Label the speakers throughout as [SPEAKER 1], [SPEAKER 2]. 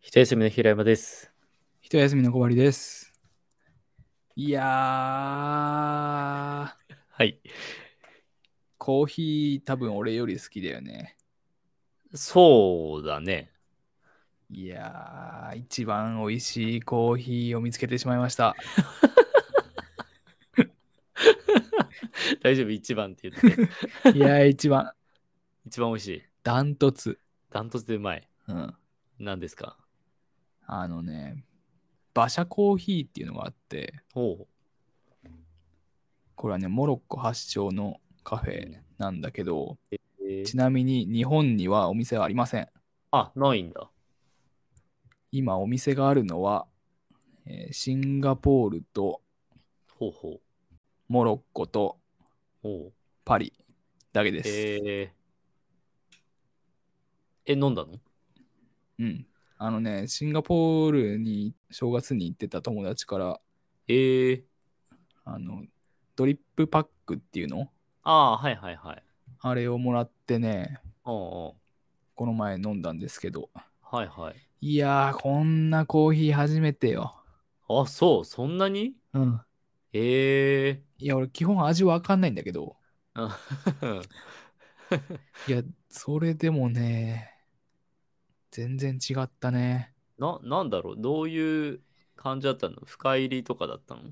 [SPEAKER 1] 一休みの平山です。
[SPEAKER 2] 一休みの小針です。いやー、
[SPEAKER 1] はい。
[SPEAKER 2] コーヒー多分俺より好きだよね。
[SPEAKER 1] そうだね。
[SPEAKER 2] いやー、一番美味しいコーヒーを見つけてしまいました。
[SPEAKER 1] 大丈夫、一番って言って。
[SPEAKER 2] いやー、一番。
[SPEAKER 1] 一番美味しい。
[SPEAKER 2] ダントツ。
[SPEAKER 1] ダントツでうまい。
[SPEAKER 2] うん。
[SPEAKER 1] 何ですか
[SPEAKER 2] あのね、馬車コーヒーっていうのがあって、
[SPEAKER 1] ほ
[SPEAKER 2] これはね、モロッコ発祥のカフェなんだけど、
[SPEAKER 1] う。えー
[SPEAKER 2] ちなみに日本にはお店はありません。
[SPEAKER 1] あ、ないんだ。
[SPEAKER 2] 今お店があるのは、えーシンガポールと
[SPEAKER 1] ほうほう。
[SPEAKER 2] モロッコと
[SPEAKER 1] ほう。
[SPEAKER 2] パリだけです。
[SPEAKER 1] えー、え、飲んだの
[SPEAKER 2] うん。あのね、シンガポールに正月に行ってた友達から、
[SPEAKER 1] えー、
[SPEAKER 2] あの、ドリップパックっていうの
[SPEAKER 1] ああ、はいはいはい。
[SPEAKER 2] あれをもらってね、
[SPEAKER 1] うんうん。
[SPEAKER 2] この前飲んだんですけど、
[SPEAKER 1] はいはい。
[SPEAKER 2] いやー、こんなコーヒー初めてよ。
[SPEAKER 1] あ、そう、そんなに
[SPEAKER 2] うん。
[SPEAKER 1] え
[SPEAKER 2] いや、俺基本味わかんないんだけど、
[SPEAKER 1] ー、 あ
[SPEAKER 2] いや、それでもね、全然違ったね。
[SPEAKER 1] な、なんだろうどういう感じだったの深入りとかだったの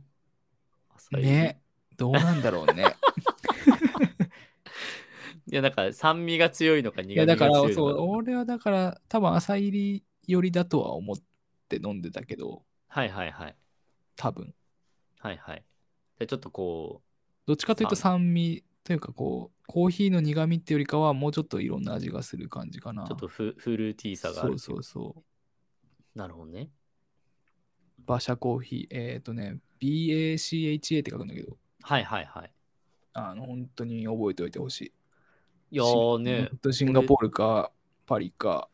[SPEAKER 1] 浅入り
[SPEAKER 2] ね。どうなんだろうね。
[SPEAKER 1] いや、なんか酸味が強いのか苦
[SPEAKER 2] い
[SPEAKER 1] 味
[SPEAKER 2] や
[SPEAKER 1] が
[SPEAKER 2] だから
[SPEAKER 1] 強いのか。
[SPEAKER 2] そう俺はだから多分朝入り寄りだとは思って飲んでたけど
[SPEAKER 1] はいはいはい。
[SPEAKER 2] 多分
[SPEAKER 1] はいはい。で、ちょっとこ
[SPEAKER 2] どっちかというと酸味というかこうコーヒーの苦味ってよりかはもうちょっといろんな味がする感じかな
[SPEAKER 1] う、ちょっとフフルーティーさがあ
[SPEAKER 2] そ
[SPEAKER 1] る
[SPEAKER 2] う。そうそう
[SPEAKER 1] なるほどね。
[SPEAKER 2] 馬車コーヒーえっ、とね BACHA って書くんだけど
[SPEAKER 1] はいはいはい。
[SPEAKER 2] あの本当に覚えておいてほしい
[SPEAKER 1] いやーね
[SPEAKER 2] ほん、とシンガポールかパリか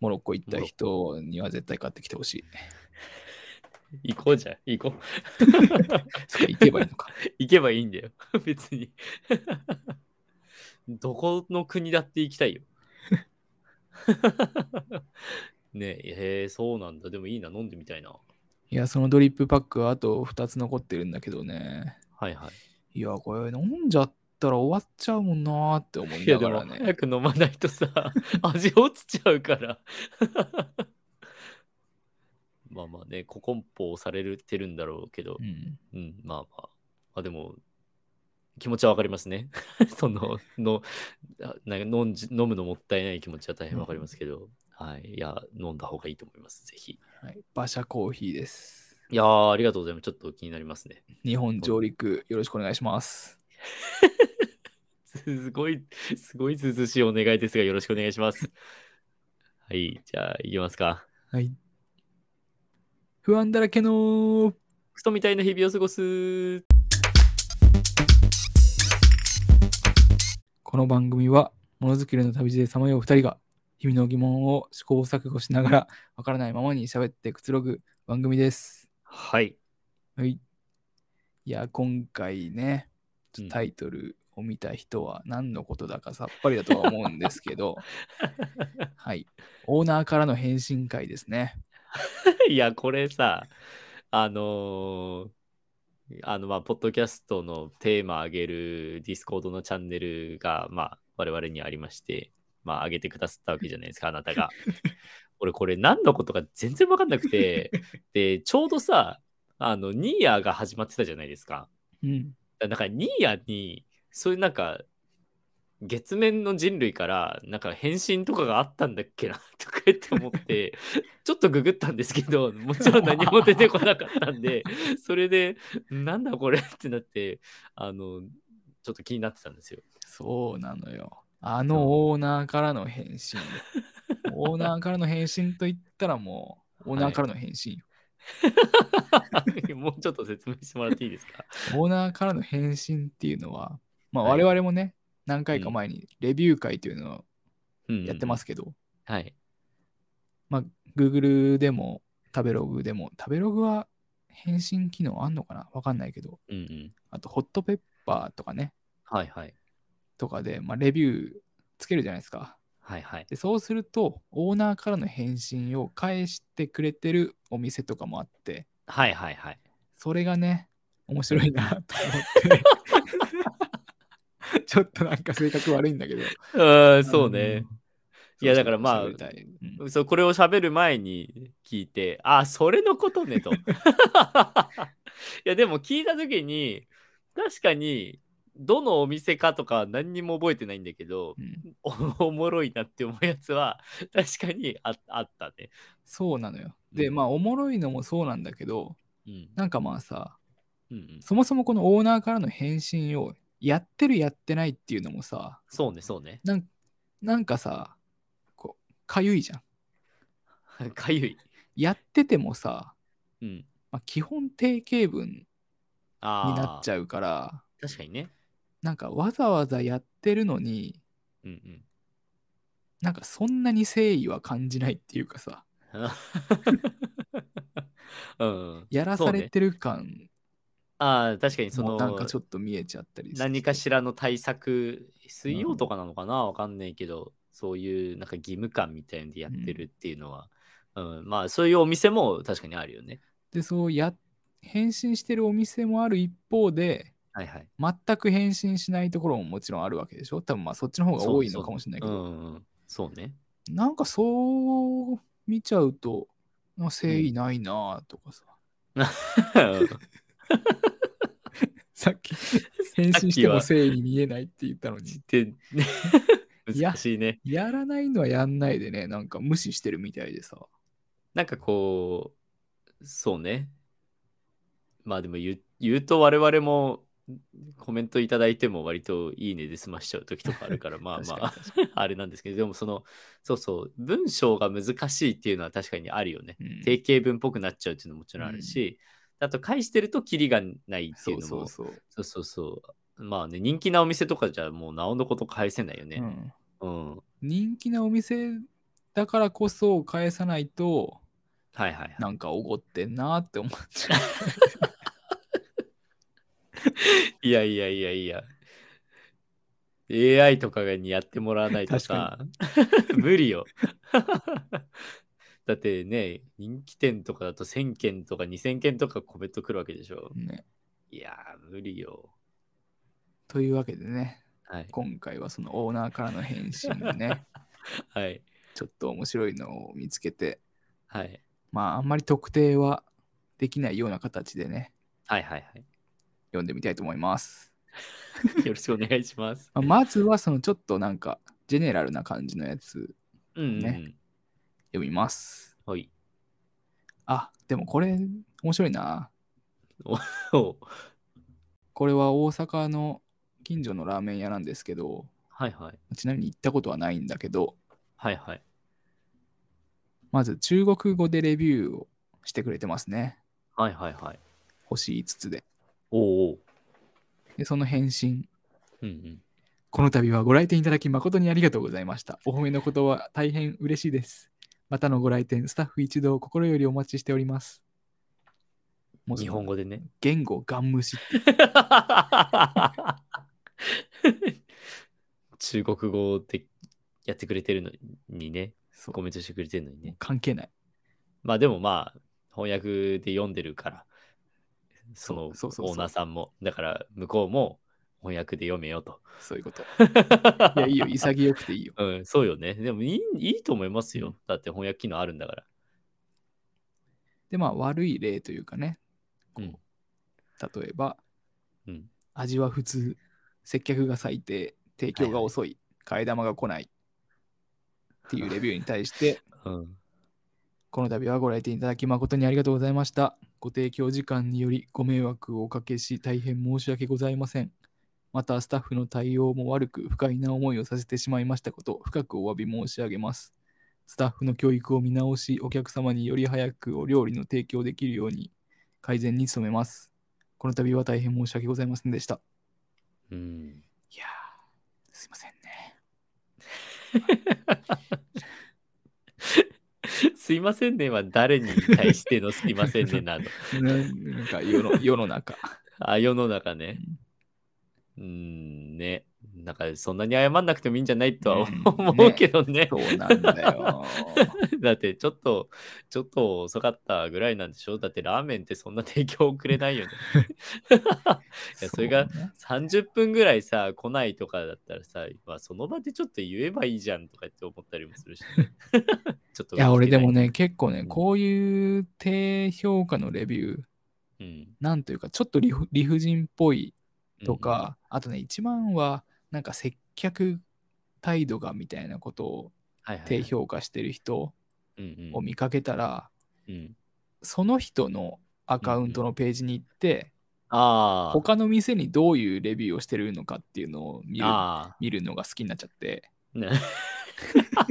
[SPEAKER 2] モロッコ行った人には絶対買ってきてほしい
[SPEAKER 1] 行こうじゃん。行こう。
[SPEAKER 2] そっか行けばいいのか
[SPEAKER 1] 行けばいいんだよ。 別に。どこの国だって行きたいよ。 ねえ、へえ、そうなんだ。でもいいな、飲んでみたいな。
[SPEAKER 2] いやそのドリップパックはあと2つ残ってるんだけどね
[SPEAKER 1] はいはい
[SPEAKER 2] や、これ飲んじゃったら終わっちゃうもんなーって思
[SPEAKER 1] い。
[SPEAKER 2] い
[SPEAKER 1] いや、
[SPEAKER 2] な
[SPEAKER 1] で
[SPEAKER 2] が
[SPEAKER 1] も
[SPEAKER 2] らね。
[SPEAKER 1] 早く飲まないとさ、 味落ちちゃうから。 まあまあね、古梱包されてるんだろうけど
[SPEAKER 2] う、ん、
[SPEAKER 1] うん、まあまあ。まあでも、気持ちはわかりますね。 その、のあなんか飲んじ飲むのもったいない気持ちは大変わかりますけど、はい。いや、飲んだ方がいいと思います、ぜひ。
[SPEAKER 2] はい。馬車コーヒーです。
[SPEAKER 1] いやー、ありがとうございます。ちょっと気になりますね。
[SPEAKER 2] 日本上陸よろしくお願いします。
[SPEAKER 1] すごい、すごい涼しいお願いですが、よろしくお願いします。はい、じゃあ、いきますか。
[SPEAKER 2] はい。不安だらけのー
[SPEAKER 1] クソみたいな日々を過ごす。
[SPEAKER 2] この番組は、ものづくりの旅路でさまよう2人が、日々の疑問を試行錯誤しながら、わからないままに喋ってくつろぐ番組です。
[SPEAKER 1] はい。
[SPEAKER 2] はい。いや、今回ね、ちょ
[SPEAKER 1] うん
[SPEAKER 2] タイトルを見た人は何のことだかさっぱりだとは思うんですけ ど、はい。オーナーからの返信会ですね。
[SPEAKER 1] いや、これさ、あのーあの、まあ、ポッドキャストのテーマ上げるディスコードのチャンネルが、まあ、我々にありまして、まあ、上げてくださったわけじゃないですか、あなた が。俺、これ何のことか全然分かんなくて、で、ちょうどさ、あの、ニーヤーが始まってたじゃないですか。
[SPEAKER 2] うん。
[SPEAKER 1] だからニーヤにそういうなんか月面の人類からなんか返信とかがあったんだっけな とか言って思ってちょっとググったんですけどもちろん何も出てこなかったんでそれでなんだこれってなってあのちょっと気になってたんですよ。
[SPEAKER 2] そうなのよ。あのオーナーからの返信。オーナーからの返信と言ったらも う、オーナーからの返信よ。
[SPEAKER 1] もうちょっと説明してもらっていいですか
[SPEAKER 2] オーナーからの返信っていうのは、まあ
[SPEAKER 1] はい。
[SPEAKER 2] 我々もね、何回か前にレビュー会というのをやってますすけど、
[SPEAKER 1] はい。
[SPEAKER 2] まあ、Google でも食べログでも、食べログは返信機能あんのかなわかんないけど、
[SPEAKER 1] うんうん。
[SPEAKER 2] あとホットペッパーとかね、
[SPEAKER 1] はいはい。
[SPEAKER 2] とかで、まあ、レビューつけるじゃないですか。
[SPEAKER 1] はいはい。
[SPEAKER 2] でそうするとオーナーからの返信を返してくれてるお店とかもあって
[SPEAKER 1] はいはいはい。
[SPEAKER 2] それがね面白いなと思って ちょっとなんか性格悪いんだけど
[SPEAKER 1] うん、そうね。
[SPEAKER 2] うん
[SPEAKER 1] いやだからまあ
[SPEAKER 2] そうそう喋りたいうん
[SPEAKER 1] そうこれを喋る前に聞いて、あ、それのことねと。 いや、でも聞いたときに、確かに、どのお店かとか何にも覚えてないんだけど、
[SPEAKER 2] うん
[SPEAKER 1] おお もろいなって思うやつは確かにああったね。
[SPEAKER 2] そうなのよ
[SPEAKER 1] うん
[SPEAKER 2] でまあおもろいのもそうなんだけど
[SPEAKER 1] うん。
[SPEAKER 2] なんかまあさ
[SPEAKER 1] うんうん、
[SPEAKER 2] そもそもこのオーナーからの返信をやってるやってないっていうのもさ
[SPEAKER 1] そうね、そうね。
[SPEAKER 2] なんなんかさこうかゆいじゃん
[SPEAKER 1] かゆい。
[SPEAKER 2] やっててもさ、
[SPEAKER 1] うん。
[SPEAKER 2] まあ、基本定型文
[SPEAKER 1] ああ。
[SPEAKER 2] になっち
[SPEAKER 1] ゃう。
[SPEAKER 2] ゃうから
[SPEAKER 1] 確かにね。
[SPEAKER 2] なんかわざわざやってるのに
[SPEAKER 1] うんうん。
[SPEAKER 2] なんかそんなに誠意は感じないっていうかさ
[SPEAKER 1] うん、
[SPEAKER 2] やら
[SPEAKER 1] そ
[SPEAKER 2] さ
[SPEAKER 1] うね
[SPEAKER 2] れてる感
[SPEAKER 1] ああ確かにそ
[SPEAKER 2] も
[SPEAKER 1] の
[SPEAKER 2] なんかちょっと見えちゃったりして
[SPEAKER 1] 何かしらの対策水曜とかなのかな、わかんないけどそういうなんか義務感みたいのでやってるっていうのは、うんまあそういうお店も確かにあるよね。
[SPEAKER 2] でそうや返信してるお店もある一方で
[SPEAKER 1] はいはい。
[SPEAKER 2] 全く返信しないところももちろんあるわけでしょ多分まあそっちの方が多いのかもしれないけ
[SPEAKER 1] う
[SPEAKER 2] ど
[SPEAKER 1] んうん、そうね。
[SPEAKER 2] なんかそう見ちゃうとまあ誠意ないなとかさ、 さっき返信しても
[SPEAKER 1] さっき
[SPEAKER 2] 誠意に見えないって言ったのに
[SPEAKER 1] はで
[SPEAKER 2] いや
[SPEAKER 1] 難しいね。
[SPEAKER 2] やらないのはやんないでねなんか無視してるみたいでさ
[SPEAKER 1] なんかこう、そうね。まあでも言う言うと我々もコメントいただいても割といいねで済ましちゃう時とかある から、まあまあ
[SPEAKER 2] 確かに確か
[SPEAKER 1] あれなんですけど、でもその、そうそう、文章が難しいっていうのは確かにあるよね。
[SPEAKER 2] にうん
[SPEAKER 1] 定型文っぽくなっちゃうっていうのももちろんあるし、あと返してるとキリがないっていうのも、
[SPEAKER 2] そうそうそう、
[SPEAKER 1] そうそうそうまあね、人気なお店とかじゃもうなおのこと返せないよ
[SPEAKER 2] う
[SPEAKER 1] ね。
[SPEAKER 2] ん、
[SPEAKER 1] うん。
[SPEAKER 2] 人気なお店だからこそ返さないと
[SPEAKER 1] はいはいはい。
[SPEAKER 2] なんかおごってんなって思っちゃう
[SPEAKER 1] いやいやいやいや。AI とかにやってもらわないとさ、無理よ。だってね、人気店とかだと1000件とか2000件とかコメント来るわけでしょ。
[SPEAKER 2] ね
[SPEAKER 1] いやー、無理よ。
[SPEAKER 2] というわけでね
[SPEAKER 1] はい。
[SPEAKER 2] 今回はそのオーナーからの返信で ね
[SPEAKER 1] はい。
[SPEAKER 2] ちょっと面白いのを見つけて
[SPEAKER 1] はい。
[SPEAKER 2] まああんまり特定はできないような形でね
[SPEAKER 1] はいはい は
[SPEAKER 2] 読んでみたいと思います、
[SPEAKER 1] い。よろしくお願いします。
[SPEAKER 2] まあまずはそのちょっとなんかジェネラルな感じのやつ
[SPEAKER 1] うん、うん。
[SPEAKER 2] ね読みます
[SPEAKER 1] はい。
[SPEAKER 2] あでもこれ面白いな
[SPEAKER 1] お
[SPEAKER 2] これは大阪の近所のラーメン屋なんですけど
[SPEAKER 1] はいはい。
[SPEAKER 2] ちなみに行ったことはないんだけど
[SPEAKER 1] はいはい。
[SPEAKER 2] まず中国語でレビューをしてくれてますね
[SPEAKER 1] はいはいはい。
[SPEAKER 2] 星5つで
[SPEAKER 1] おうおう。
[SPEAKER 2] でその返信
[SPEAKER 1] うんうん。
[SPEAKER 2] この度はご来店いただき誠にありがとうございました。お褒めのことは大変嬉しいです。またのご来店、スタッフ一同心よりお待ちしております。もう
[SPEAKER 1] 日本語でね。
[SPEAKER 2] 言語ガン無視って。
[SPEAKER 1] 中国語でやってくれてるのにね、
[SPEAKER 2] そ
[SPEAKER 1] コメントしてくれてるのにね。
[SPEAKER 2] 関係ない。
[SPEAKER 1] まあでもまあ、翻訳で読んでるから、そのオ
[SPEAKER 2] そうそうそうそう
[SPEAKER 1] ーナーさんも、だから向こうも翻訳で読めよと。
[SPEAKER 2] そういうこと。いや、いいよ。潔くていいよ。
[SPEAKER 1] うん、そうよね。でもいいいいと思いますよ。だって翻訳機能あるんだから。
[SPEAKER 2] で、まあ、悪い例というかね。こう
[SPEAKER 1] うん
[SPEAKER 2] 例えば、
[SPEAKER 1] うん。
[SPEAKER 2] 味は普通、接客が最低、提供が遅い、替え玉が来ないっていうレビューに対して、
[SPEAKER 1] うん、
[SPEAKER 2] この度はご来店いただき誠にありがとうございました。ご提供時間によりご迷惑をおかけし大変申し訳ございません。またスタッフの対応も悪く不快な思いをさせてしまいましたこと、深くお詫び申し上げます。スタッフの教育を見直し、お客様により早くお料理の提供できるように改善に努めます。この度は大変申し訳ございませんでした。
[SPEAKER 1] うん。
[SPEAKER 2] いやー、すいませんね。
[SPEAKER 1] すいませんねは誰に対してのすいませんねなの。
[SPEAKER 2] ななんか世の世の中。
[SPEAKER 1] あ、世の中ね。うん、ね。なんかそんなに謝んなくてもいいんじゃないとは
[SPEAKER 2] うん
[SPEAKER 1] 思う
[SPEAKER 2] ね
[SPEAKER 1] けどね。
[SPEAKER 2] そうなんだよ。
[SPEAKER 1] だってちょっと、ちょっと遅かったぐらいなんでしょだってラーメンってそんな提供遅れ ないよね。やそれが
[SPEAKER 2] うね
[SPEAKER 1] 30分ぐらいさ、来ないとかだったらさ、まあ、その場でちょっと言えばいいじゃんとかって思ったりもするし ね、ちょっと
[SPEAKER 2] いや、俺でもね、結構
[SPEAKER 1] う
[SPEAKER 2] ね、
[SPEAKER 1] ん
[SPEAKER 2] こういう低評価のレビュー、
[SPEAKER 1] うん、うん
[SPEAKER 2] なんというか、ちょっと理不理不尽っぽい
[SPEAKER 1] うん
[SPEAKER 2] と、か、あとね、一番は、なんか接客態度がみたいなことを
[SPEAKER 1] はいはいはい
[SPEAKER 2] 低評価してる人
[SPEAKER 1] うん
[SPEAKER 2] を見かけたら、
[SPEAKER 1] うんうん
[SPEAKER 2] その人のアカウントのページに行って、
[SPEAKER 1] ああ、
[SPEAKER 2] 他の店にどういうレビューをしてるのかっていうのを見る
[SPEAKER 1] あ
[SPEAKER 2] 見るのが好きになっちゃって、
[SPEAKER 1] あ、ね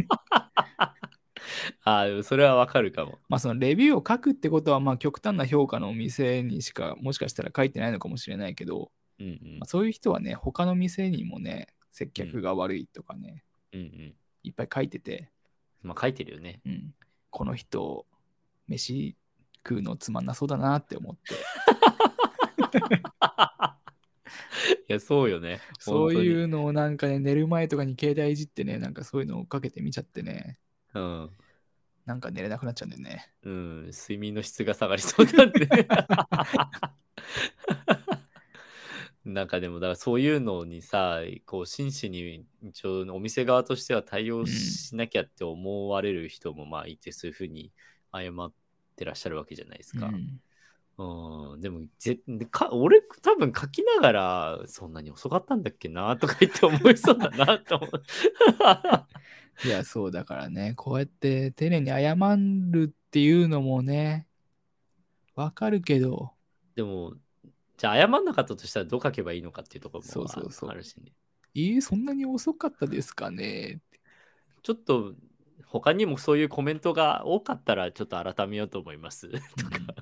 [SPEAKER 1] ああ、でもそれはわかるかも。
[SPEAKER 2] まあ、そのレビューを書くってことは、まあ、極端な評価のお店にしか、もしかしたら書いてないのかもしれないけど、
[SPEAKER 1] うんうん
[SPEAKER 2] まあ、そういう人はね、他の店にもね、接客が悪いとかね、
[SPEAKER 1] うんうん。
[SPEAKER 2] いっぱい書いてて、
[SPEAKER 1] まあ書いてるよね。
[SPEAKER 2] うん、この人、飯食うのつまんなそうだなって思 って、
[SPEAKER 1] いや、そうよね。。
[SPEAKER 2] そういううのをなんかね、寝る前とかに携帯いじってね、なんかそういうのをかけてみちゃってね、
[SPEAKER 1] うん。
[SPEAKER 2] なんか寝れなくなっちゃうんだよね。
[SPEAKER 1] うん、睡眠の質が下がりそうなんで。 なんかでもだからそういうのにさこう真摯に一応お店側としては対応しなきゃって思われる人もまあいてそういうふうに謝ってらっしゃるわけじゃないですか。
[SPEAKER 2] うん
[SPEAKER 1] うん、でもぜか俺多分書きながらそんなに遅かったんだっけなとか言って思いそうだなと思う。
[SPEAKER 2] いや、そうだからね、こうやって丁寧に謝るっていうのもね、わかるけど、
[SPEAKER 1] でもじゃあ謝んなかったとしたらどう書けばいいのかっていうところも
[SPEAKER 2] そうそうそう
[SPEAKER 1] ああるしね。
[SPEAKER 2] えーそんなに遅かったですかね
[SPEAKER 1] ちょっと他にもそういうコメントが多かったらちょっと改めようと思います。 とか、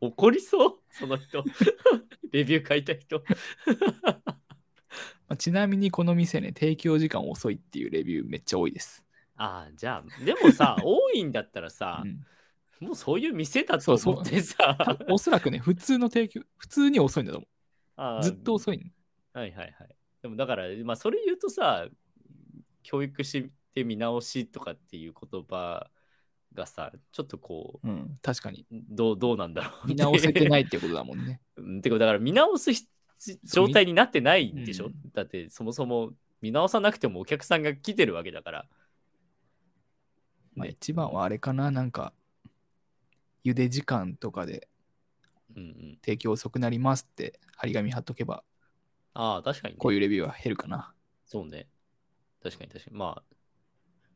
[SPEAKER 1] 怒りそうその人。 レビュー書いた人。
[SPEAKER 2] まあちなみにこの店ね、提供時間遅いっていうレビューめっちゃ多いです。
[SPEAKER 1] ああ、じゃあ、でも さ、多いんだったらさ
[SPEAKER 2] う、ん
[SPEAKER 1] もうそういう店だと思ってさ、
[SPEAKER 2] 多分おそらくね、普通の提供、普通に遅いんだと思
[SPEAKER 1] あ
[SPEAKER 2] う。
[SPEAKER 1] あ
[SPEAKER 2] ずっと遅いの、
[SPEAKER 1] はいはいはい。でもだから、まあそれ言うとさ、教育して見直しとかっていう言葉がさ、ちょっとこう、
[SPEAKER 2] うん、確かに。
[SPEAKER 1] どうどうなんだろう。
[SPEAKER 2] 見直せてないいってことだもんね。
[SPEAKER 1] うんてかだから見直す必
[SPEAKER 2] そう
[SPEAKER 1] 状態になってないんでしょ、
[SPEAKER 2] うん
[SPEAKER 1] だってそもそも見直さなくてもお客さんが来てるわけだから。
[SPEAKER 2] まあ、一番はあれかな、なんか、茹で時間とかで
[SPEAKER 1] うんうん、
[SPEAKER 2] 提供遅くなりますって張り紙貼っとけば、
[SPEAKER 1] ああ、確かに、ね。
[SPEAKER 2] こういうレビューは減るかな。
[SPEAKER 1] そうね。確かに確かに。まあ、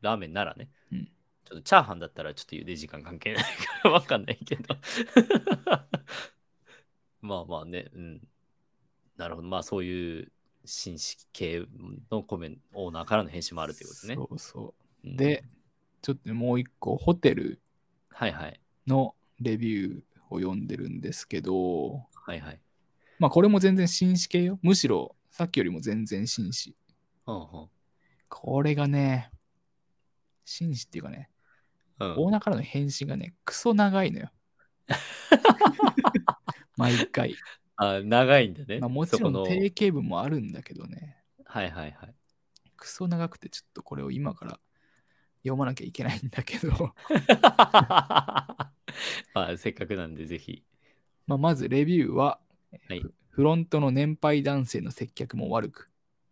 [SPEAKER 1] ラーメンならね。
[SPEAKER 2] うん
[SPEAKER 1] ちょっとチャーハンだったらちょっと茹で時間関係ないからわかんないけど。 まあまあね。うん。なるほど。まあそういう紳士系のコメント、オーナーからの返信もあるということね。
[SPEAKER 2] そうそ
[SPEAKER 1] うん
[SPEAKER 2] う。で、、ちょっともう一個、ホテル
[SPEAKER 1] はいはい。
[SPEAKER 2] のレビューを読んでるんですけど、
[SPEAKER 1] はいはい。
[SPEAKER 2] まあこれも全然紳士系よ。むしろさっきよりも全然紳士。
[SPEAKER 1] うんうん。
[SPEAKER 2] これがね、紳士っていうかね、
[SPEAKER 1] うん
[SPEAKER 2] オーナーからの返信がね、クソ長い のよ。毎回。
[SPEAKER 1] あ長いんだね。
[SPEAKER 2] まあ、もちろん
[SPEAKER 1] そこの
[SPEAKER 2] 定型文もあるんだけどね、
[SPEAKER 1] はいはい はい。
[SPEAKER 2] クソ長くてちょっとこれを今から読まなきゃいけないんだけど、
[SPEAKER 1] まあ、せっかくなんで、ぜひ。
[SPEAKER 2] まあまずレビューは、
[SPEAKER 1] はい
[SPEAKER 2] フフロントの年配男性の接客も悪く、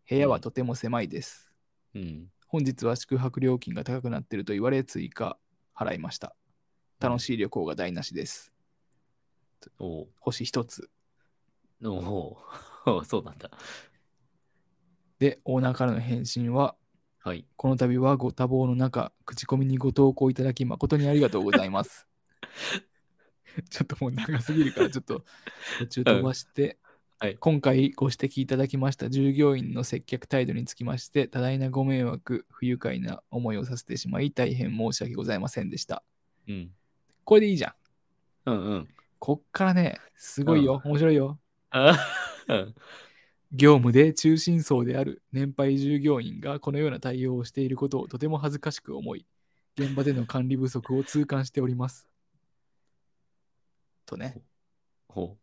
[SPEAKER 2] 部屋はとても狭いです。
[SPEAKER 1] うん。
[SPEAKER 2] 本日は宿泊料金が高くなってると言われ追加払いました。楽しい旅行が台無しです。
[SPEAKER 1] おう
[SPEAKER 2] 星一つ。
[SPEAKER 1] おうおう そうなんだ。
[SPEAKER 2] で、オーナーからの返信は、
[SPEAKER 1] はい。
[SPEAKER 2] この度はご多忙の中、口コミにご投稿いただき誠にありがとうございます。 ちょっともう長すぎるから、ちょっと途中飛ばして、
[SPEAKER 1] うんはい
[SPEAKER 2] 今回ご指摘いただきました従業員の接客態度につきまして、多大なご迷惑、不愉快な思いをさせてしまい、大変申し訳ございませんでした。
[SPEAKER 1] うん。
[SPEAKER 2] これでいいじゃん。
[SPEAKER 1] うんうん。
[SPEAKER 2] こっからね、すごいよ、面白いよ。
[SPEAKER 1] あうん
[SPEAKER 2] 業務で中心層である年配従業員がこのような対応をしていることをとても恥ずかしく思い、現場での管理不足を痛感しております。とね、
[SPEAKER 1] ほ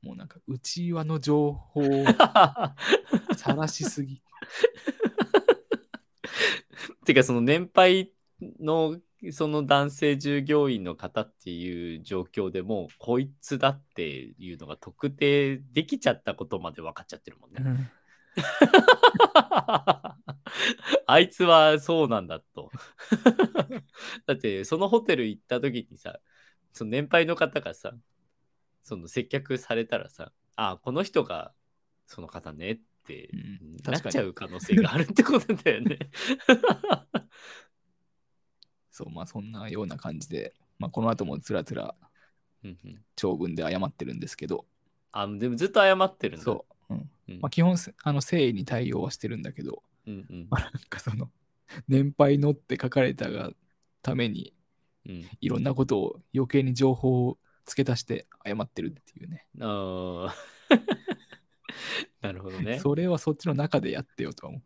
[SPEAKER 2] もうなんか内輪の情報を晒しす ぎ。
[SPEAKER 1] てかその年配のその男性従業員の方っていう状況でもうこいつだっていうのが特定できちゃったことまで分かっちゃってるもんね。 あいつはそうなんだと。 だってそのホテル行った時にさその年配の方がさその接客されたらさあこの人がその方ねって
[SPEAKER 2] うん
[SPEAKER 1] なっ
[SPEAKER 2] 確かに
[SPEAKER 1] ちゃう可能性があるってことだよね。
[SPEAKER 2] そう、まあそんなような感じで、まあこの後もつらつら
[SPEAKER 1] うんうん
[SPEAKER 2] 長文で謝ってるんですけど、
[SPEAKER 1] あでもずっと謝ってるんだ。
[SPEAKER 2] そう。うん
[SPEAKER 1] うん
[SPEAKER 2] まあ基本せ、あの誠意に対応はしてるんだけど、
[SPEAKER 1] うんうん
[SPEAKER 2] なんかその、 年配のって書かれたがために、
[SPEAKER 1] うん
[SPEAKER 2] いろんなことを余計に情報を付け足して謝ってるっていうね。
[SPEAKER 1] あー なるほどね。
[SPEAKER 2] それはそっちの中でやってよとは思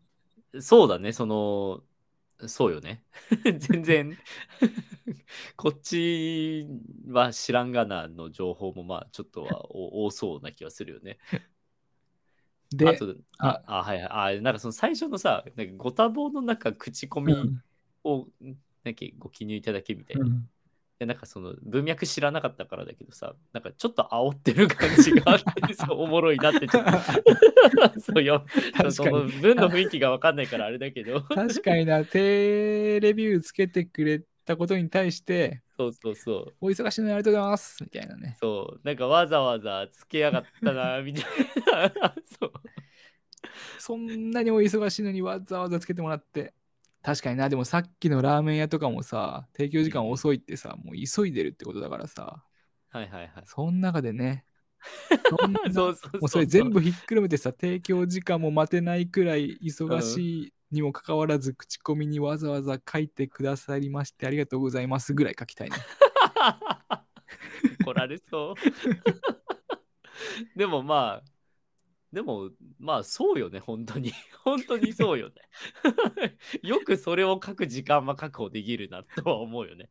[SPEAKER 2] う。
[SPEAKER 1] そうだね、その、そうよね。 全然、 こっちは知らんがなの情報も、まあ、ちょっとはお多そうな気はするよね。
[SPEAKER 2] で、
[SPEAKER 1] あと、あ
[SPEAKER 2] あ、
[SPEAKER 1] あはいはい。あ、なんかその最初のさ、なんかご多忙の中、口コ
[SPEAKER 2] う
[SPEAKER 1] ミ
[SPEAKER 2] ん
[SPEAKER 1] を、なんかご記入いただけみたいな。
[SPEAKER 2] うん
[SPEAKER 1] でなんかその文脈知らなかったからだけどさ、なんかちょっと煽ってる感じがあって、そうおもろいなってちょっ とそうよ。
[SPEAKER 2] かに
[SPEAKER 1] その文の雰囲気がわかんないからあれだけど、
[SPEAKER 2] 確かにな、低レビューつけてくれたことに対して、
[SPEAKER 1] そうそうそう。
[SPEAKER 2] お忙しいのにありがとうございますみたいなね。
[SPEAKER 1] そう、なんかわざわざつけやがった な、みたいな。 そう。
[SPEAKER 2] そんなにお忙しいのにわざわざつけてもらって。確かにな、でもさっきのラーメン屋とかもさ、提供時間遅いってさ、もう急いでるってことだからさ、
[SPEAKER 1] はいはいはい。
[SPEAKER 2] そん中でね、そんな
[SPEAKER 1] そうそうそう。
[SPEAKER 2] もうそれ全部ひっくるめてさ、提供時間も待てないくらい忙しいにもかかわらず、口コミにわざわざ書いてくださりましてありがとうございますぐらい書きたいね。
[SPEAKER 1] 怒られそう。 でもまあ、でもまあそうよね、本当に。 本当にそうよね。 よくそれを書く時間は確保できるなとは思うよね。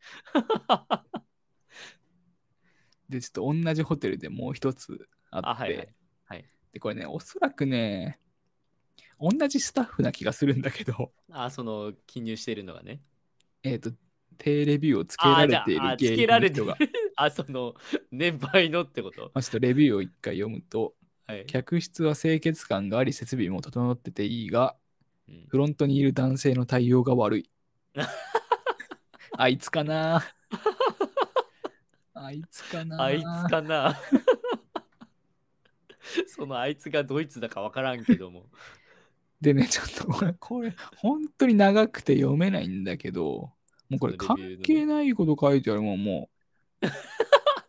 [SPEAKER 2] で、ちょっと同じホテルでもう一つあって、
[SPEAKER 1] あ、はい、はい。
[SPEAKER 2] で、これね、おそらくね、同じスタッフな気がするんだけど、
[SPEAKER 1] あ、その、記入しているのがね。
[SPEAKER 2] えっ、と、低レビューをつけられて
[SPEAKER 1] あ
[SPEAKER 2] いる
[SPEAKER 1] じゃああ
[SPEAKER 2] 芸
[SPEAKER 1] つけられて
[SPEAKER 2] 人
[SPEAKER 1] る
[SPEAKER 2] の人が、
[SPEAKER 1] あ、その、 年配のってこと。
[SPEAKER 2] まあ、ちょっとレビューを一回読むと、
[SPEAKER 1] はい。
[SPEAKER 2] 客室は清潔感があり、設備も整ってていいが、
[SPEAKER 1] うん
[SPEAKER 2] フロントにいる男性の対応が悪い。あいつかな。あいつかな。
[SPEAKER 1] あいつか な。そのあいつがドイツだかわからんけど も。
[SPEAKER 2] でね、ちょっとこれ、これ、本当に長くて読めないんだけど、もうこれ
[SPEAKER 1] その
[SPEAKER 2] 関
[SPEAKER 1] レビューのね
[SPEAKER 2] 係ないこと書いてあるもん、も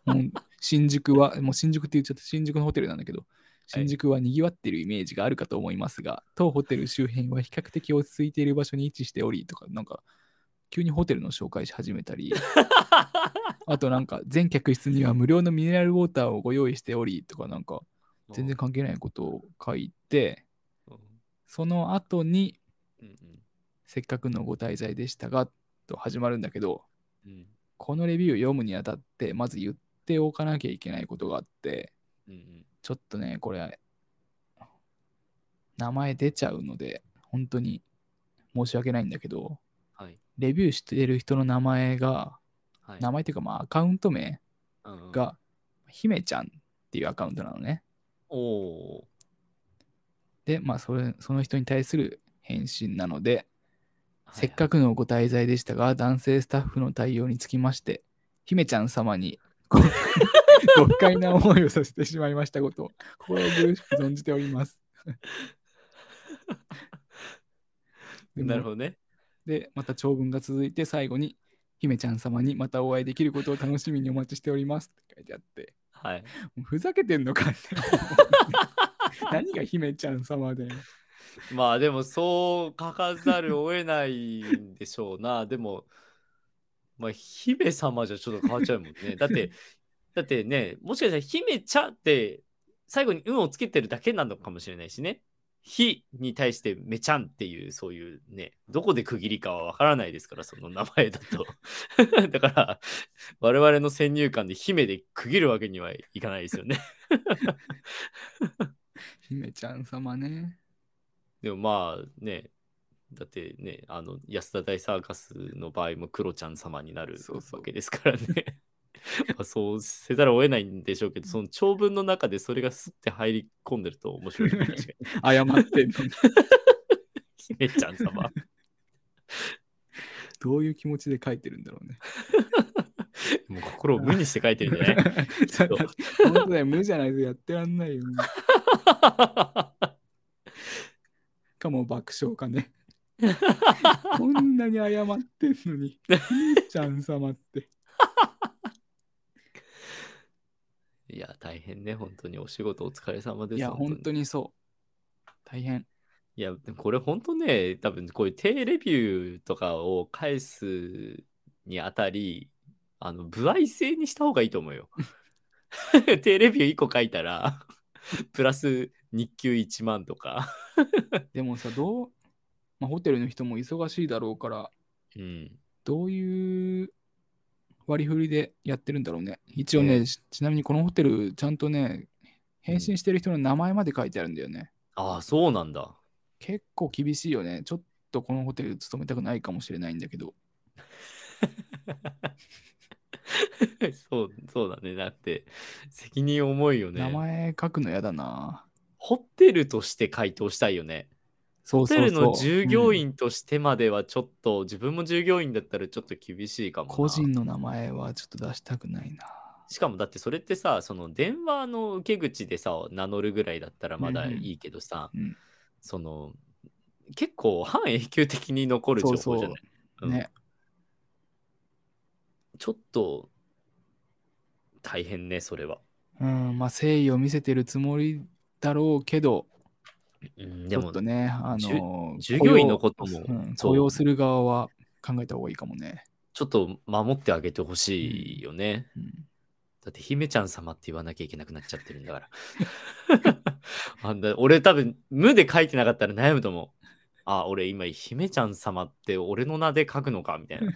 [SPEAKER 2] う。もう新宿は、もう新宿って言っちゃった、新宿のホテルなんだけど、新宿は賑わってるイメージがあるかと思いますが、当ホテル周辺は比較的落ち着いている場所に位置しており、とか、なんか、急にホテルの紹介し始めたり、あとなんか、全客室には無料のミネラルウォーターをご用意しており、とか、な んか、全然関係ないことを書いて、
[SPEAKER 1] もう。
[SPEAKER 2] その後に、
[SPEAKER 1] うんうん
[SPEAKER 2] せっかくのご滞在でしたが、と始まるんだけど、
[SPEAKER 1] うん
[SPEAKER 2] このレビューを読むにあたって、まず言っておかなきゃいけないことがあって、
[SPEAKER 1] うんうん
[SPEAKER 2] ちょっとね、これ、名前出ちゃうので、本当に申し訳ないんだけど、
[SPEAKER 1] はい。
[SPEAKER 2] レビューしてる人の名前が、
[SPEAKER 1] はい。
[SPEAKER 2] 名前というか、まあ、アカウント名
[SPEAKER 1] うんうん、
[SPEAKER 2] が、ひめちゃんっていうアカウントなのね。
[SPEAKER 1] おお
[SPEAKER 2] で、まあそれ、その人に対する返信なので、
[SPEAKER 1] ー。
[SPEAKER 2] せっかくのご滞在でしたが、男性スタッフの対応につきまして、姫ちゃん様に ごご不快な思いをさせてしまいましたことを心苦しく存じており ます。
[SPEAKER 1] はいはい。なるほどね。
[SPEAKER 2] で、また長文が続いて最後に、姫ちゃん様にまたお会いできることを楽しみにお待ちしておりますって書いてあって、
[SPEAKER 1] はい。
[SPEAKER 2] もうふざけてんのかって。 何が姫ちゃん様で。
[SPEAKER 1] まあでもそう書かざるを得ないんでしょうな。でも、まあ姫様じゃちょっと変わっちゃうもんね。だって、だってね、もしかしたら姫ちゃんって最後に運をつけてるだけなのかもしれないしね。非に対してめちゃんっていう、そういうね、どこで区切りかはわからないですから、その名前だと。だから、我々の先入観で姫で区切るわけにはいかないですよね。
[SPEAKER 2] 姫ちゃん様ね。
[SPEAKER 1] でもまあね、だってね、あの安田大サーカスの場合もクロちゃん様になる
[SPEAKER 2] そうそう
[SPEAKER 1] わけですからね。 まあそうせざるを得ないんでしょうけど、その長文の中でそれがスッて入り込んでると面 白いね。確かに
[SPEAKER 2] 謝ってんのに
[SPEAKER 1] 姫ちゃん様。
[SPEAKER 2] どういう気持ちで書いてるんだろうね。
[SPEAKER 1] もう心を無にして書いてるんじゃない
[SPEAKER 2] だって 本当だよ、無じゃないとやってらんないよ。かも爆笑か ね。こんなに謝ってんのに、姫ちゃん様 って。
[SPEAKER 1] いや、大変ね。本当にお仕事お疲れ様です。
[SPEAKER 2] いや、本当にそう。大変。
[SPEAKER 1] いや、でもこれ本当ね、多分こういう低レビューとかを返すにあたり、あの、歩合制にした方がいいと思うよ。 低レビュー1個書いたら、 プラス日給1万とか。
[SPEAKER 2] でもさ、どう、まあ、ホテルの人も忙しいだろうから、
[SPEAKER 1] うん。
[SPEAKER 2] どういう割り振りでやってるんだろうね。一応ね、
[SPEAKER 1] ええ
[SPEAKER 2] ちちなみにこのホテル、ちゃんとね、返信してる人の名前まで書いてあるんだよね。
[SPEAKER 1] ああ、そうなんだ。
[SPEAKER 2] 結構厳しいよね。ちょっとこのホテル勤めたくないかもしれないんだけど。
[SPEAKER 1] そう、そうだね。だって、責任重いよ
[SPEAKER 2] 名
[SPEAKER 1] ね。
[SPEAKER 2] 前書くのやだな。
[SPEAKER 1] ホテルとして回答したいよね。
[SPEAKER 2] そう
[SPEAKER 1] ホ
[SPEAKER 2] そう
[SPEAKER 1] テ
[SPEAKER 2] そう
[SPEAKER 1] ルの従業
[SPEAKER 2] うん
[SPEAKER 1] 員としてまではちょっと、自分も従業員だったらちょっと厳しいかもな。
[SPEAKER 2] 個人の名前はちょっと出したくないな。
[SPEAKER 1] しかもだってそれってさその電話の受け口でさ名乗るぐらいだったらまだいいけどさ、
[SPEAKER 2] うんうん
[SPEAKER 1] その結構半永久的に残る情報じゃないうん
[SPEAKER 2] ね。
[SPEAKER 1] ちょっと大変ねそれは、
[SPEAKER 2] うん、まあ誠意を見せてるつもりだろうけど、
[SPEAKER 1] うん、
[SPEAKER 2] ち
[SPEAKER 1] で
[SPEAKER 2] ょっ
[SPEAKER 1] も
[SPEAKER 2] とね、あ
[SPEAKER 1] じゅ
[SPEAKER 2] の、
[SPEAKER 1] 従
[SPEAKER 2] 雇用
[SPEAKER 1] 業員のことも
[SPEAKER 2] うん
[SPEAKER 1] そう
[SPEAKER 2] 雇用する側は考えた方がいいかもね。
[SPEAKER 1] ちょっと守ってあげてほしいよね、
[SPEAKER 2] うん
[SPEAKER 1] だって姫ちゃん様って言わなきゃいけなくなっちゃってるんだからあんだ俺多分無で書いてなかったら悩むと思うあ俺今姫ちゃん様って俺の名で書くのかみたいな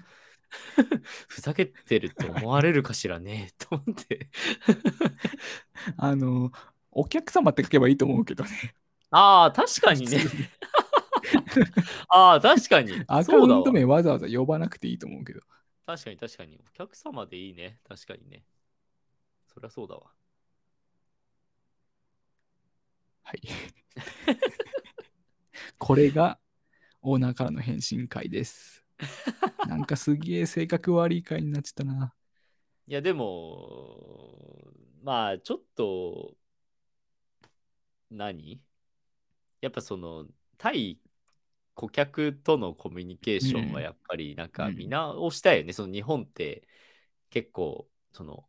[SPEAKER 1] ふざけてるって思われるかしらねと思って
[SPEAKER 2] あの、お客様って書けばいいと思うけどね。
[SPEAKER 1] ああ確かにねああ確かに
[SPEAKER 2] アカ
[SPEAKER 1] そ
[SPEAKER 2] ウ
[SPEAKER 1] うだ
[SPEAKER 2] ン
[SPEAKER 1] わ
[SPEAKER 2] ト名わざわざ呼ばなくていいと思うけど。
[SPEAKER 1] 確かに確かにお客様でいいね確かにねそりゃそうだわ
[SPEAKER 2] はい。これがオーナーからの返信会です。なんかすげえ性格悪い会になっちゃったな。
[SPEAKER 1] いや、でも、まあ、ちょっと、何やっぱその、対顧客とのコミュニケーション
[SPEAKER 2] う
[SPEAKER 1] は
[SPEAKER 2] ん
[SPEAKER 1] やっぱりなんか
[SPEAKER 2] うん
[SPEAKER 1] 見直したいよね。その日本って結構、その、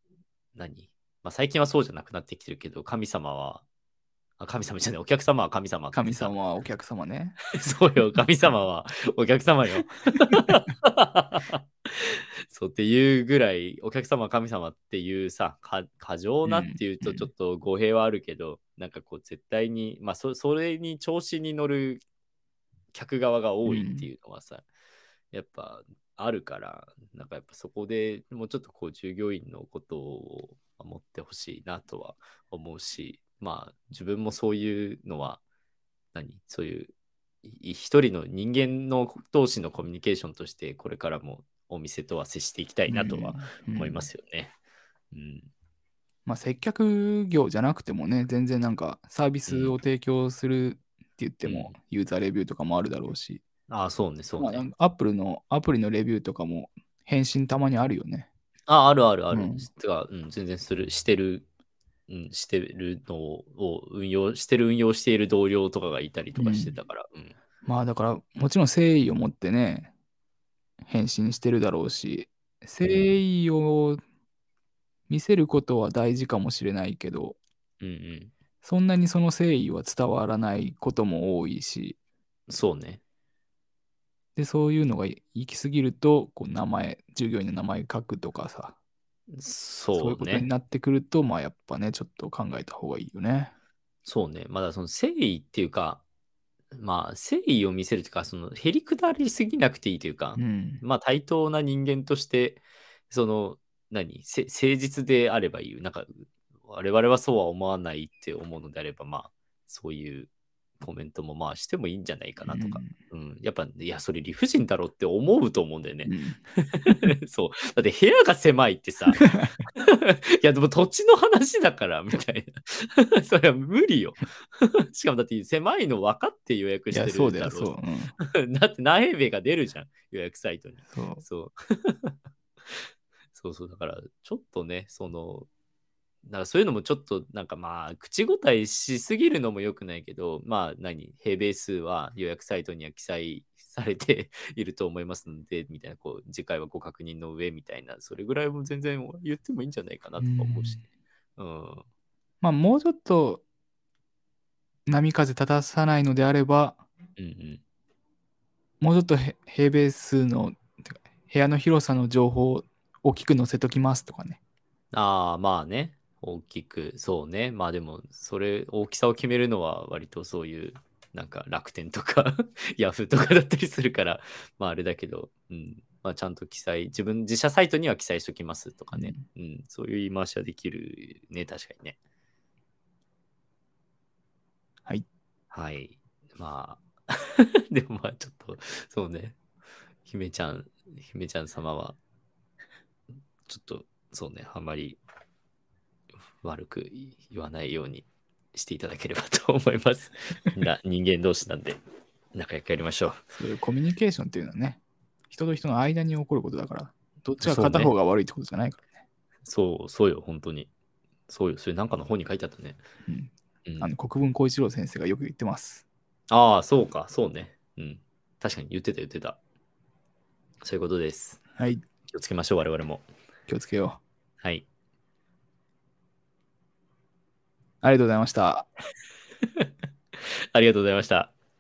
[SPEAKER 1] 何まあ最近はそうじゃなくなってきてるけど、神様は、あ神様じゃない、お客様は神様ってさ
[SPEAKER 2] 神様はお客様ね。
[SPEAKER 1] そうよ、神様はお客様よ。 そうっていうぐらい、お客様は神様っていうさ、か過剰なっていう
[SPEAKER 2] う
[SPEAKER 1] と
[SPEAKER 2] ん
[SPEAKER 1] ちょっと語弊はあるけど、なんかこう絶対に、まあそそれに調子に乗る客側が多いっていうのはさ、やっぱあるから、なんかやっぱそこでもうちょっとこう従業員のことを守ってほしいなとは思うし、まあ自分もそういうのは、何そういうい一人の人間の同士のコミュニケーションとしてこれからもお店とは接していきたいなとは
[SPEAKER 2] うん
[SPEAKER 1] 思いま。すよね。うん、
[SPEAKER 2] まあ、接客業じゃなくてもね、全然なんかサービスを提供するって言っても、ユーザーレビューとかもあるだろうし、
[SPEAKER 1] ああ、そうね、そう
[SPEAKER 2] まあ、な
[SPEAKER 1] ね
[SPEAKER 2] ん。かアップルのアプリのレビューとかも返信たまにあるよね。
[SPEAKER 1] ああ、るあるある。
[SPEAKER 2] うん
[SPEAKER 1] てか、うん、全然する、してる、うん、してるのを運用、してる運用している同僚とかがいたりとかしてたから、うん。
[SPEAKER 2] まあだからもちろん誠意を持ってね、返信してるだろうし、誠意を見せることは大事かもしれないけど、
[SPEAKER 1] うんうん。
[SPEAKER 2] そんなにその誠意は伝わらないことも多いし、
[SPEAKER 1] そうね。
[SPEAKER 2] で、そういうのが行き過ぎると、こう名前、従業員の名前書くとかさ、そうい
[SPEAKER 1] そうう
[SPEAKER 2] ことに
[SPEAKER 1] ね。
[SPEAKER 2] なってくると、まあやっぱね、ちょっと考えた方がいいよね。
[SPEAKER 1] そうね。まだその誠意っていうか、まあ、誠意を見せるというか、その、へりくだりすぎなくていいというか、
[SPEAKER 2] うん。
[SPEAKER 1] まあ、対等な人間として、その、何、せ誠実であればいい。なんか、我々はそうは思わないって思うのであれば、まあ、そういうコメントも、まあ、してもいいんじゃないかなとか。うん。やっぱ、いや、それ理不尽だろって思うと思うんだよね
[SPEAKER 2] う。ん。
[SPEAKER 1] そう。だって部屋が狭いって さ。 いや、でも土地の話だから、みたいな。 それは無理よ。しかもだって狭いの分かって予約
[SPEAKER 2] い
[SPEAKER 1] して
[SPEAKER 2] や、
[SPEAKER 1] る
[SPEAKER 2] そうんだ
[SPEAKER 1] だ
[SPEAKER 2] よ、
[SPEAKER 1] ろ
[SPEAKER 2] そうう。うん
[SPEAKER 1] し。 だって内兵衛が出るじゃん、予約サイトに。
[SPEAKER 2] そう。
[SPEAKER 1] そう。 そうそう、だから、ちょっとね、その、だからそういうのもちょっと、なんかまあ、口答えしすぎるのも良くないけど、まあ何、平米数は予約サイトには記載されて いると思いますので、みたいな、こう、次回はご確認の上みたいな、それぐらいも全然言ってもいいんじゃないかなとか思うし。うん。
[SPEAKER 2] まあ、もうちょっと波風立たさないのであれば、
[SPEAKER 1] うんうん。
[SPEAKER 2] もうちょっとへ平米数のてか部屋の広さの情報を大きく載せときますとかね。
[SPEAKER 1] ああ、まあね。大きく、そうね。まあでも、それ、大きさを決めるのは、割とそういう、なんか楽天とか ヤフーとかだったりするから、まああれだけど、うん。まあちゃんと記載、自分、自社サイトには記載しときますとかね。うん。そういう言い回しはできるね、確かにね。
[SPEAKER 2] はい。
[SPEAKER 1] はい。まあ、 でもまあちょっと、そうね。姫ちゃん、姫ちゃん様は、ちょっと、そうね、あんまり悪く言わないようにしていただければと思い ます。みんな人間同士なんで、仲良くやりましょう。
[SPEAKER 2] そういうコミュニケーションっていうのはね、人と人の間に起こることだから、どっちが
[SPEAKER 1] そうね
[SPEAKER 2] 片方が悪いってことじゃないからね。
[SPEAKER 1] そう、そうよ、本当に。そうよ、それなんかの本に書いてあったね。
[SPEAKER 2] うん
[SPEAKER 1] うん
[SPEAKER 2] あの国分光一郎先生がよく言ってます。
[SPEAKER 1] ああ、そうか、そうね。うん。確かに言ってた、言ってた。そういうことです。
[SPEAKER 2] はい、
[SPEAKER 1] 気をつけましょう、我々も。
[SPEAKER 2] 気をつけよう。
[SPEAKER 1] はい。
[SPEAKER 2] ありがとうございました。
[SPEAKER 1] ありがとうございました。